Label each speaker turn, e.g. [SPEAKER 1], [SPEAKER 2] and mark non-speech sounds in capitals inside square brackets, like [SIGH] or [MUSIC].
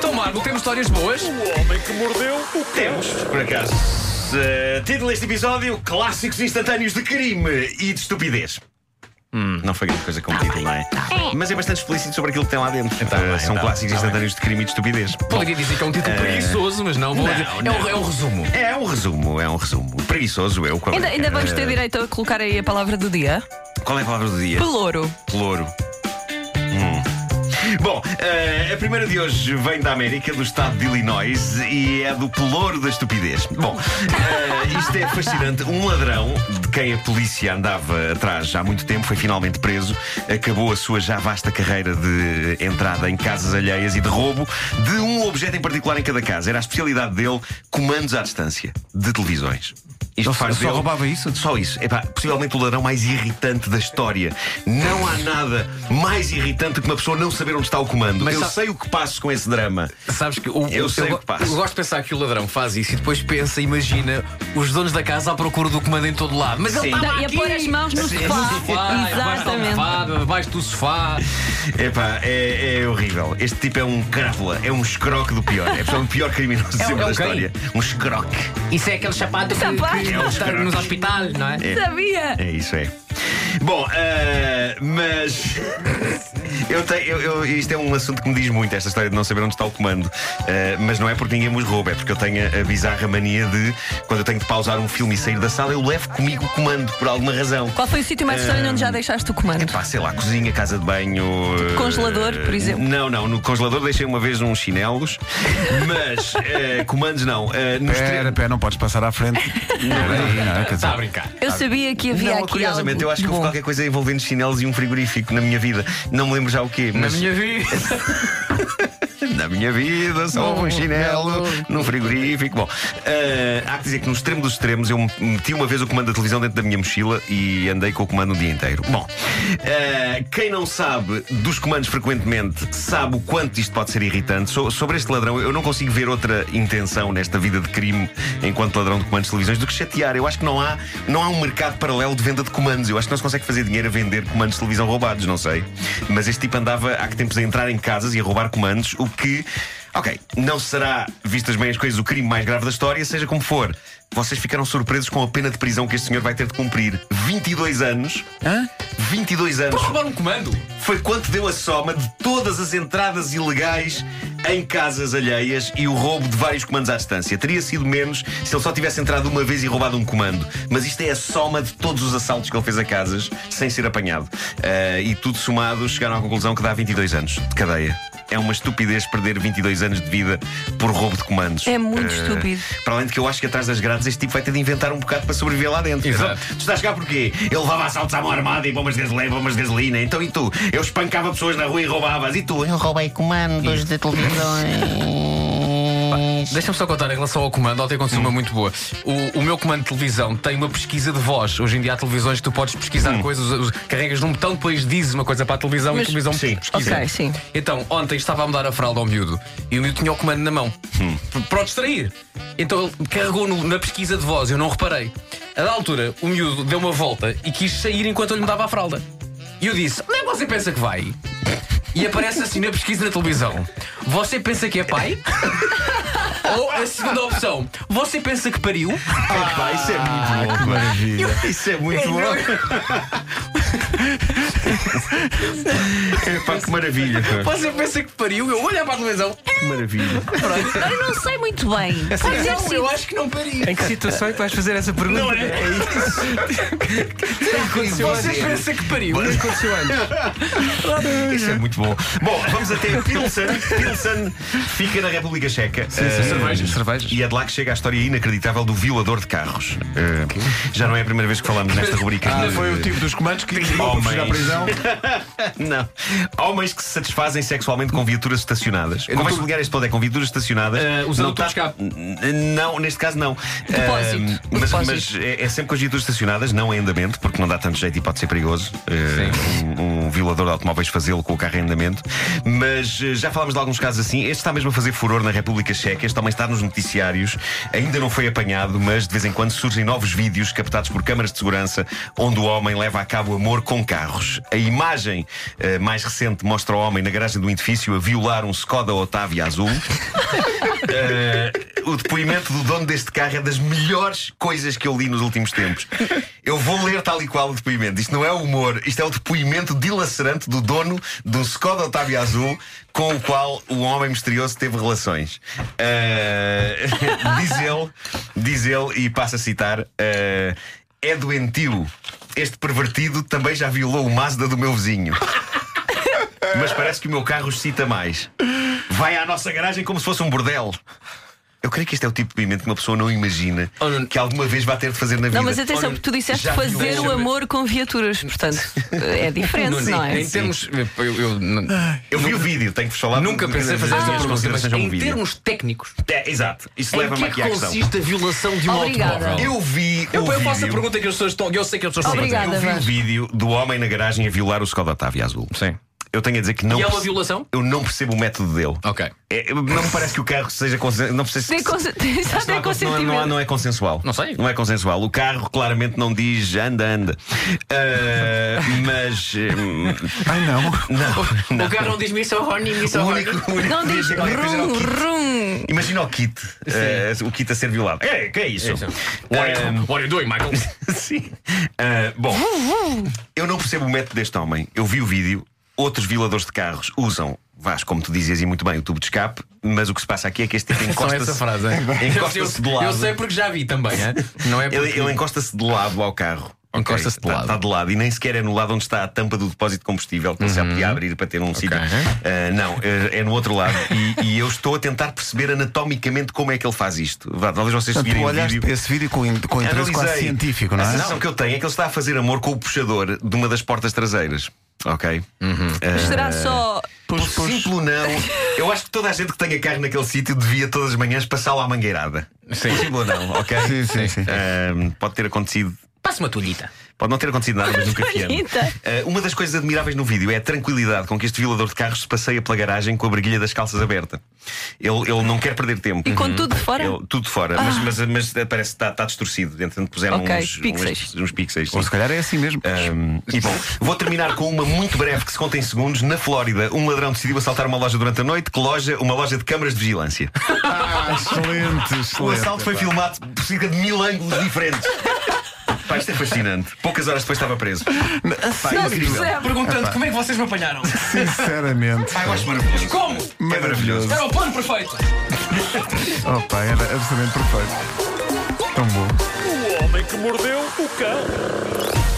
[SPEAKER 1] falar, não É temos histórias boas?
[SPEAKER 2] O homem que mordeu o cão.
[SPEAKER 3] Temos, por acaso. Eh, título deste episódio: Clássicos instantâneos de crime e de estupidez. Hum, não foi grande coisa
[SPEAKER 4] Tá
[SPEAKER 3] como título, não é? Mas é bastante explícito sobre aquilo que tem lá dentro.
[SPEAKER 4] Então,
[SPEAKER 3] Eh,
[SPEAKER 2] bem,
[SPEAKER 3] são
[SPEAKER 2] tá
[SPEAKER 3] clássicos
[SPEAKER 2] bem, tá
[SPEAKER 3] instantâneos de crime e de estupidez.
[SPEAKER 1] Poderia dizer que é um título preguiçoso, mas não, vou
[SPEAKER 3] não,
[SPEAKER 1] dizer. É, um,
[SPEAKER 3] não.
[SPEAKER 1] é um resumo.
[SPEAKER 3] É um resumo, é um resumo. Preguiçoso eu. com a
[SPEAKER 4] Ainda, ainda
[SPEAKER 3] brincar.
[SPEAKER 4] vamos ter
[SPEAKER 3] Eh,
[SPEAKER 4] direito a colocar aí a palavra do dia?
[SPEAKER 3] Qual é a palavra do dia?
[SPEAKER 4] Pelouro.
[SPEAKER 3] Pelouro. Hum. Bom, eh, a primeira de hoje vem da América, do estado de Illinois, e é do pelouro da estupidez. Bom, eh, isto é fascinante. Um ladrão, de quem a polícia andava atrás há muito tempo, foi finalmente preso. Acabou a sua já vasta carreira de entrada em casas alheias e de roubo de um objeto em particular em cada casa. Era a especialidade dele, comandos à distância, de televisões. Isto faz
[SPEAKER 5] só
[SPEAKER 3] dele-
[SPEAKER 5] roubava isso?
[SPEAKER 3] só isso. Epá, possivelmente o ladrão mais irritante da história. Não há nada mais irritante que uma pessoa não saber onde está o comando.
[SPEAKER 1] Mas
[SPEAKER 3] eu
[SPEAKER 1] sabe-
[SPEAKER 3] sei o que passo com esse drama.
[SPEAKER 1] Sabes que o,
[SPEAKER 3] Eu sei o
[SPEAKER 1] go-
[SPEAKER 3] que passa.
[SPEAKER 1] eu gosto de pensar que o ladrão faz isso e depois pensa, imagina os donos da casa à procura do comando em todo lado. Mas ele
[SPEAKER 3] Sim.
[SPEAKER 1] estava
[SPEAKER 4] E a
[SPEAKER 1] aqui.
[SPEAKER 4] pôr as mãos no
[SPEAKER 1] Sim,
[SPEAKER 4] sofá.
[SPEAKER 1] debaixo do
[SPEAKER 4] Exatamente.
[SPEAKER 1] sofá, debaixo do sofá.
[SPEAKER 3] Epá, é, é horrível. Este tipo é um crápula, é um escroque do pior.
[SPEAKER 1] [LAUGHS]
[SPEAKER 3] É pessoal, o pior criminoso
[SPEAKER 1] É um-
[SPEAKER 3] sempre
[SPEAKER 1] é um
[SPEAKER 3] da
[SPEAKER 1] quem?
[SPEAKER 3] história. Um escroque.
[SPEAKER 1] Isso é aquele sapato que,
[SPEAKER 4] Sapato.
[SPEAKER 1] que
[SPEAKER 3] É um
[SPEAKER 1] está
[SPEAKER 3] escroque.
[SPEAKER 1] nos hospitais, não é?
[SPEAKER 4] Sabia?
[SPEAKER 3] É isso, é. Bom, eh, mas. Eu tenho, eu- eu- isto é um assunto que me diz muito, esta história de não saber onde está o comando. Eh, mas não é porque ninguém me os rouba, é porque eu tenho a, a bizarra mania de, quando eu tenho de pausar um filme e sair da sala, eu levo comigo o comando, por alguma razão.
[SPEAKER 4] Qual foi o sítio mais estranho
[SPEAKER 3] Ehm,
[SPEAKER 4] onde já deixaste o comando?
[SPEAKER 3] Pá, sei lá, cozinha, casa de banho. eh,
[SPEAKER 4] congelador, por exemplo?
[SPEAKER 3] Não, não, no congelador deixei uma vez uns chinelos, mas eh, comandos não. Eh, nos
[SPEAKER 5] Espera,
[SPEAKER 3] tre-
[SPEAKER 5] espera, não podes passar à [LAUGHS] frente. Peraí, não
[SPEAKER 1] Está
[SPEAKER 5] é? Quer
[SPEAKER 1] Tá a
[SPEAKER 5] dizer,
[SPEAKER 1] brincar.
[SPEAKER 4] Eu sabia que havia
[SPEAKER 3] Não,
[SPEAKER 4] aqui.
[SPEAKER 3] curiosamente,
[SPEAKER 4] algo
[SPEAKER 3] eu acho que
[SPEAKER 4] de
[SPEAKER 3] houve
[SPEAKER 4] bom.
[SPEAKER 3] qualquer coisa envolvendo chinelos e um frigorífico na minha vida. Não me lembro já o quê,
[SPEAKER 1] Na
[SPEAKER 3] mas
[SPEAKER 1] minha
[SPEAKER 3] [LAUGHS]
[SPEAKER 1] vida.
[SPEAKER 3] na minha vida só houve um chinelo num frigorífico. Bom, eh, há que dizer que no extremo dos extremos eu meti uma vez o comando da televisão dentro da minha mochila e andei com o comando o dia inteiro. Bom, eh, quem não sabe dos comandos frequentemente sabe o quanto isto pode ser irritante. So- sobre este ladrão, eu não consigo ver outra intenção nesta vida de crime enquanto ladrão de comandos de televisões do que chatear. Eu acho que não há, não há um mercado paralelo de venda de comandos. Eu acho que não se consegue fazer dinheiro a vender comandos de televisão roubados, não sei. Mas este tipo andava há que tempos a entrar em casas e a roubar comandos, o que. Ok, não será, vistas bem as coisas, o crime mais grave da história, seja como for. Vocês ficaram surpresos com a pena de prisão que este senhor vai ter de cumprir. 22 anos.
[SPEAKER 5] Hã?
[SPEAKER 3] 22 anos.
[SPEAKER 1] Para roubar um comando.
[SPEAKER 3] Foi quanto deu a soma de todas as entradas ilegais em casas alheias e o roubo de vários comandos à distância. Teria sido menos se ele só tivesse entrado uma vez e roubado um comando. Mas isto é a soma de todos os assaltos que ele fez a casas sem ser apanhado. Ah, e tudo somado, chegaram à conclusão que dá 22 anos de cadeia. É uma estupidez perder 22 anos de vida por roubo de comandos.
[SPEAKER 4] É muito
[SPEAKER 3] Ah,
[SPEAKER 4] estúpido.
[SPEAKER 3] para além de que eu acho que atrás das grades este tipo vai ter de inventar um bocado para sobreviver lá dentro.
[SPEAKER 1] Exato.
[SPEAKER 3] Então, tu estás cá porquê? Eu levava assaltos à mão armada e bombas de gasolina, bombas de gasolina. Então e tu? Eu espancava pessoas na rua e roubavas. E tu?
[SPEAKER 6] Eu roubei comandos de televisões.
[SPEAKER 1] Deixa-me só contar em relação ao comando. Ontem aconteceu
[SPEAKER 4] Hum.
[SPEAKER 1] uma muito boa. O, o meu comando de televisão tem uma pesquisa de voz. Hoje em dia há televisões que tu podes pesquisar coisas, os- carregas num botão, depois dizes uma coisa para a televisão e a
[SPEAKER 4] Hum. Mas-
[SPEAKER 1] televisão
[SPEAKER 3] Sim.
[SPEAKER 1] pesquisa.
[SPEAKER 4] Ok, sim.
[SPEAKER 1] Então, ontem estava a mudar a fralda ao miúdo e o miúdo tinha o comando na mão p- para o distrair. Então ele carregou no- na pesquisa de voz, eu não reparei. A da altura, o miúdo deu uma volta e quis sair enquanto eu lhe mudava a fralda. E eu disse: Onde é que você pensa que vai? E aparece assim na pesquisa na televisão: Você pensa que é
[SPEAKER 5] [LAUGHS]
[SPEAKER 1] pai? Ou a segunda opção: Você pensa que pariu?
[SPEAKER 3] Epá, isso é muito bom.
[SPEAKER 5] Maravilha.
[SPEAKER 3] Isso é muito bom. [LAUGHS] Epá, que maravilha. pá.
[SPEAKER 1] Você pensa que pariu? Eu olho para a
[SPEAKER 5] É
[SPEAKER 1] televisão.
[SPEAKER 3] Que maravilha.
[SPEAKER 4] Eu não sei muito
[SPEAKER 3] [LAUGHS]
[SPEAKER 4] bem. Pode ter
[SPEAKER 1] Não, eu
[SPEAKER 4] sido.
[SPEAKER 1] acho que não pariu.
[SPEAKER 5] Em que situação é que vais fazer essa pergunta?
[SPEAKER 3] Não é?
[SPEAKER 1] Você pensa que pariu?
[SPEAKER 3] Isso é muito bom. Bom, vamos até Pilsen. Pilsen fica na República Checa. Eh, Sim,
[SPEAKER 5] sim, cervejas, cervejas.
[SPEAKER 3] E é de lá que chega a história inacreditável do violador de carros. Eh, Já não é a primeira vez que falamos nesta rubrica.
[SPEAKER 5] [LAUGHS] Ah,
[SPEAKER 3] de-
[SPEAKER 5] foi o tipo dos comandos que ligou para fugir à
[SPEAKER 3] Homens.
[SPEAKER 5] prisão.
[SPEAKER 3] [LAUGHS] Não. Homens que se satisfazem sexualmente com viaturas estacionadas. Como
[SPEAKER 1] não
[SPEAKER 3] vais
[SPEAKER 1] tô-
[SPEAKER 3] ligar este todo? É com viaturas estacionadas.
[SPEAKER 1] Eh, usando
[SPEAKER 3] Não
[SPEAKER 1] o tubo
[SPEAKER 3] tá-
[SPEAKER 1] escape.
[SPEAKER 3] N- Não, neste caso não.
[SPEAKER 4] Depósito. Um
[SPEAKER 3] Eh, mas
[SPEAKER 4] Depósito.
[SPEAKER 3] mas é, é sempre com as viaturas estacionadas, não em andamento, porque não dá tanto jeito e pode ser perigoso. eh, um, um violador de automóveis fazê-lo com o carro em andamento. Mas eh, já falámos de alguns casos assim. Este está mesmo a fazer furor na República Checa. Este também está nos noticiários. Ainda não foi apanhado, mas de vez em quando surgem novos vídeos captados por câmaras de segurança onde o homem leva a cabo amor com com carros. A imagem eh, mais recente mostra o homem na garagem de um edifício a violar um Skoda Octavia azul. Eh, o depoimento do dono deste carro é das melhores coisas que eu li nos últimos tempos. Eu vou ler tal e qual o depoimento. Isto não é humor, isto é o depoimento dilacerante do dono do Skoda Octavia Azul com o qual o homem misterioso teve relações. Eh, [LAUGHS] diz ele, diz ele, e passo a citar: eh, é doentio. Este pervertido também já violou o Mazda do meu vizinho. Mas parece que o meu carro excita mais. Vai à nossa garagem como se fosse um bordel. Eu creio que este é o tipo de pimento que uma pessoa não imagina
[SPEAKER 1] Oh, Nuno.
[SPEAKER 3] que alguma vez vai ter de fazer na vida.
[SPEAKER 4] Não, mas atenção,
[SPEAKER 1] Olha,
[SPEAKER 4] porque tu disseste
[SPEAKER 3] já
[SPEAKER 4] fazer
[SPEAKER 3] violou-
[SPEAKER 4] o amor com viaturas, portanto,
[SPEAKER 3] [LAUGHS]
[SPEAKER 4] é diferente,
[SPEAKER 1] Nuno,
[SPEAKER 4] não é?
[SPEAKER 1] Em termos. Eu, eu n-
[SPEAKER 3] Eu vi o vídeo, tenho que vos falar.
[SPEAKER 1] nunca
[SPEAKER 3] porque-
[SPEAKER 1] pensei fazer
[SPEAKER 3] as
[SPEAKER 1] esta
[SPEAKER 3] minhas
[SPEAKER 1] pergunta, mas
[SPEAKER 3] considerações são um
[SPEAKER 1] em
[SPEAKER 3] vídeo.
[SPEAKER 1] termos técnicos,
[SPEAKER 3] É, exato. Isso
[SPEAKER 1] em que,
[SPEAKER 3] leva-me
[SPEAKER 1] é
[SPEAKER 3] aqui
[SPEAKER 1] que
[SPEAKER 3] à questão.
[SPEAKER 1] consiste a violação de um
[SPEAKER 4] Obrigada.
[SPEAKER 1] automóvel?
[SPEAKER 3] Eu vi.
[SPEAKER 1] Eu,
[SPEAKER 3] o
[SPEAKER 1] eu faço a
[SPEAKER 3] vídeo-
[SPEAKER 1] pergunta que as pessoas estão. Eu um. sei que as pessoas estão a
[SPEAKER 4] Obrigada.
[SPEAKER 1] fazer.
[SPEAKER 3] Eu vi o
[SPEAKER 4] Vasco.
[SPEAKER 3] vídeo do homem na garagem a violar o Skoda Octavia azul.
[SPEAKER 1] Sim.
[SPEAKER 3] Eu tenho a dizer que não.
[SPEAKER 1] E é uma
[SPEAKER 3] perce-
[SPEAKER 1] violação?
[SPEAKER 3] Eu não percebo o método dele.
[SPEAKER 1] Ok.
[SPEAKER 3] É, não me parece que o carro seja. consen- Não percebo
[SPEAKER 4] [LAUGHS] Tem consen- Já
[SPEAKER 3] Não há
[SPEAKER 4] tem
[SPEAKER 3] cons- não, há- não, há-
[SPEAKER 4] consentimento.
[SPEAKER 3] não é consensual.
[SPEAKER 1] Não sei.
[SPEAKER 3] Não é consensual. O carro claramente não diz anda, anda. Ah, [LAUGHS] mas. hum, [LAUGHS]
[SPEAKER 5] Ai não.
[SPEAKER 3] não, não.
[SPEAKER 1] O carro não diz missão Horny,
[SPEAKER 3] O
[SPEAKER 1] missão Horny.
[SPEAKER 3] único- o único
[SPEAKER 4] Não
[SPEAKER 3] [LAUGHS] que
[SPEAKER 4] diz
[SPEAKER 3] diz agora é que
[SPEAKER 4] rum,
[SPEAKER 3] já-
[SPEAKER 4] rum.
[SPEAKER 3] Imagina o kit. ah, o kit a ser violado. É, que é isso?
[SPEAKER 1] What
[SPEAKER 3] Ah,
[SPEAKER 1] are you- what are you doing, Michael?
[SPEAKER 3] [LAUGHS] Sim. Ah, bom, eu não percebo o método deste homem. Eu vi o vídeo, outros violadores de carros usam. Vasco, como tu dizias e muito bem, o tubo de escape, mas o que se passa aqui é que este tipo
[SPEAKER 1] [LAUGHS] Só
[SPEAKER 3] encosta-se.
[SPEAKER 1] essa frase. hein?
[SPEAKER 3] Encosta-se de
[SPEAKER 1] Eu-
[SPEAKER 3] lado.
[SPEAKER 1] Eu sei porque já vi também, hein? não é?
[SPEAKER 3] Ele,
[SPEAKER 1] porque-
[SPEAKER 3] ele encosta-se de lado ao carro. Ok,
[SPEAKER 1] Encosta-se de
[SPEAKER 3] tá-
[SPEAKER 1] lado.
[SPEAKER 3] Tá, de lado e nem sequer é no lado onde está a tampa do depósito de combustível que ele
[SPEAKER 1] Uhum.
[SPEAKER 3] já podia abrir para ter um sítio. Ah, não, é, é no outro lado. E, e eu estou a tentar perceber anatomicamente como é que ele faz isto. Vá, talvez vocês
[SPEAKER 5] Portanto,
[SPEAKER 3] virem
[SPEAKER 5] tu
[SPEAKER 3] o
[SPEAKER 5] olhaste
[SPEAKER 3] vídeo.
[SPEAKER 5] para esse vídeo com, in- com interesse quase
[SPEAKER 3] Analisei.
[SPEAKER 5] científico, não
[SPEAKER 3] A
[SPEAKER 5] é?
[SPEAKER 3] sensação que eu tenho é que ele está a fazer amor com o puxador de uma das portas traseiras. Ok?
[SPEAKER 1] Uhum.
[SPEAKER 3] Ah, Eh,
[SPEAKER 4] Será só.
[SPEAKER 3] Por simples não, eu acho que toda a gente que tenha carro naquele sítio devia todas as manhãs passá-lo à mangueirada. Sim. Simples não, ok?
[SPEAKER 5] Sim, sim, sim.
[SPEAKER 3] Ahm, pode ter acontecido.
[SPEAKER 1] Passa uma tolhita.
[SPEAKER 3] Pode não ter acontecido nada, mas nunca
[SPEAKER 4] [LAUGHS]
[SPEAKER 3] fiamos.
[SPEAKER 4] Bonita.
[SPEAKER 3] uma das coisas admiráveis no vídeo é a tranquilidade com que este violador de carros se passeia pela garagem com a briguilha das calças aberta. Ele, ele não quer perder tempo. Uhum.
[SPEAKER 4] E com tudo de fora? Ah.
[SPEAKER 3] Ele- tudo de fora, mas, mas, mas eh, parece que está, está distorcido. Entretanto, puseram
[SPEAKER 4] Ok,
[SPEAKER 3] uns,
[SPEAKER 4] pixels.
[SPEAKER 3] uns, uns pixels.
[SPEAKER 5] Ou
[SPEAKER 3] sim.
[SPEAKER 5] se calhar é assim mesmo.
[SPEAKER 3] Ahm, e bom, vou terminar com uma muito breve que se conta em segundos. Na Flórida, um ladrão decidiu assaltar uma loja durante a noite. Que loja? Uma loja de câmaras de vigilância.
[SPEAKER 5] Ah, excelente,
[SPEAKER 3] O
[SPEAKER 5] excelente.
[SPEAKER 3] assalto foi filmado por cerca de mil ângulos diferentes. Pá, isto é fascinante. Poucas horas depois estava preso. Pá,
[SPEAKER 4] Não se
[SPEAKER 3] incrível.
[SPEAKER 4] percebe.
[SPEAKER 1] Perguntando como é que vocês me apanharam.
[SPEAKER 5] Sinceramente.
[SPEAKER 3] Pá, eu acho maravilhoso.
[SPEAKER 1] Como?
[SPEAKER 3] É maravilhoso.
[SPEAKER 1] Era o plano perfeito.
[SPEAKER 5] Opa, Oh, era absolutamente perfeito. Tão bom.
[SPEAKER 2] O homem que mordeu o cão.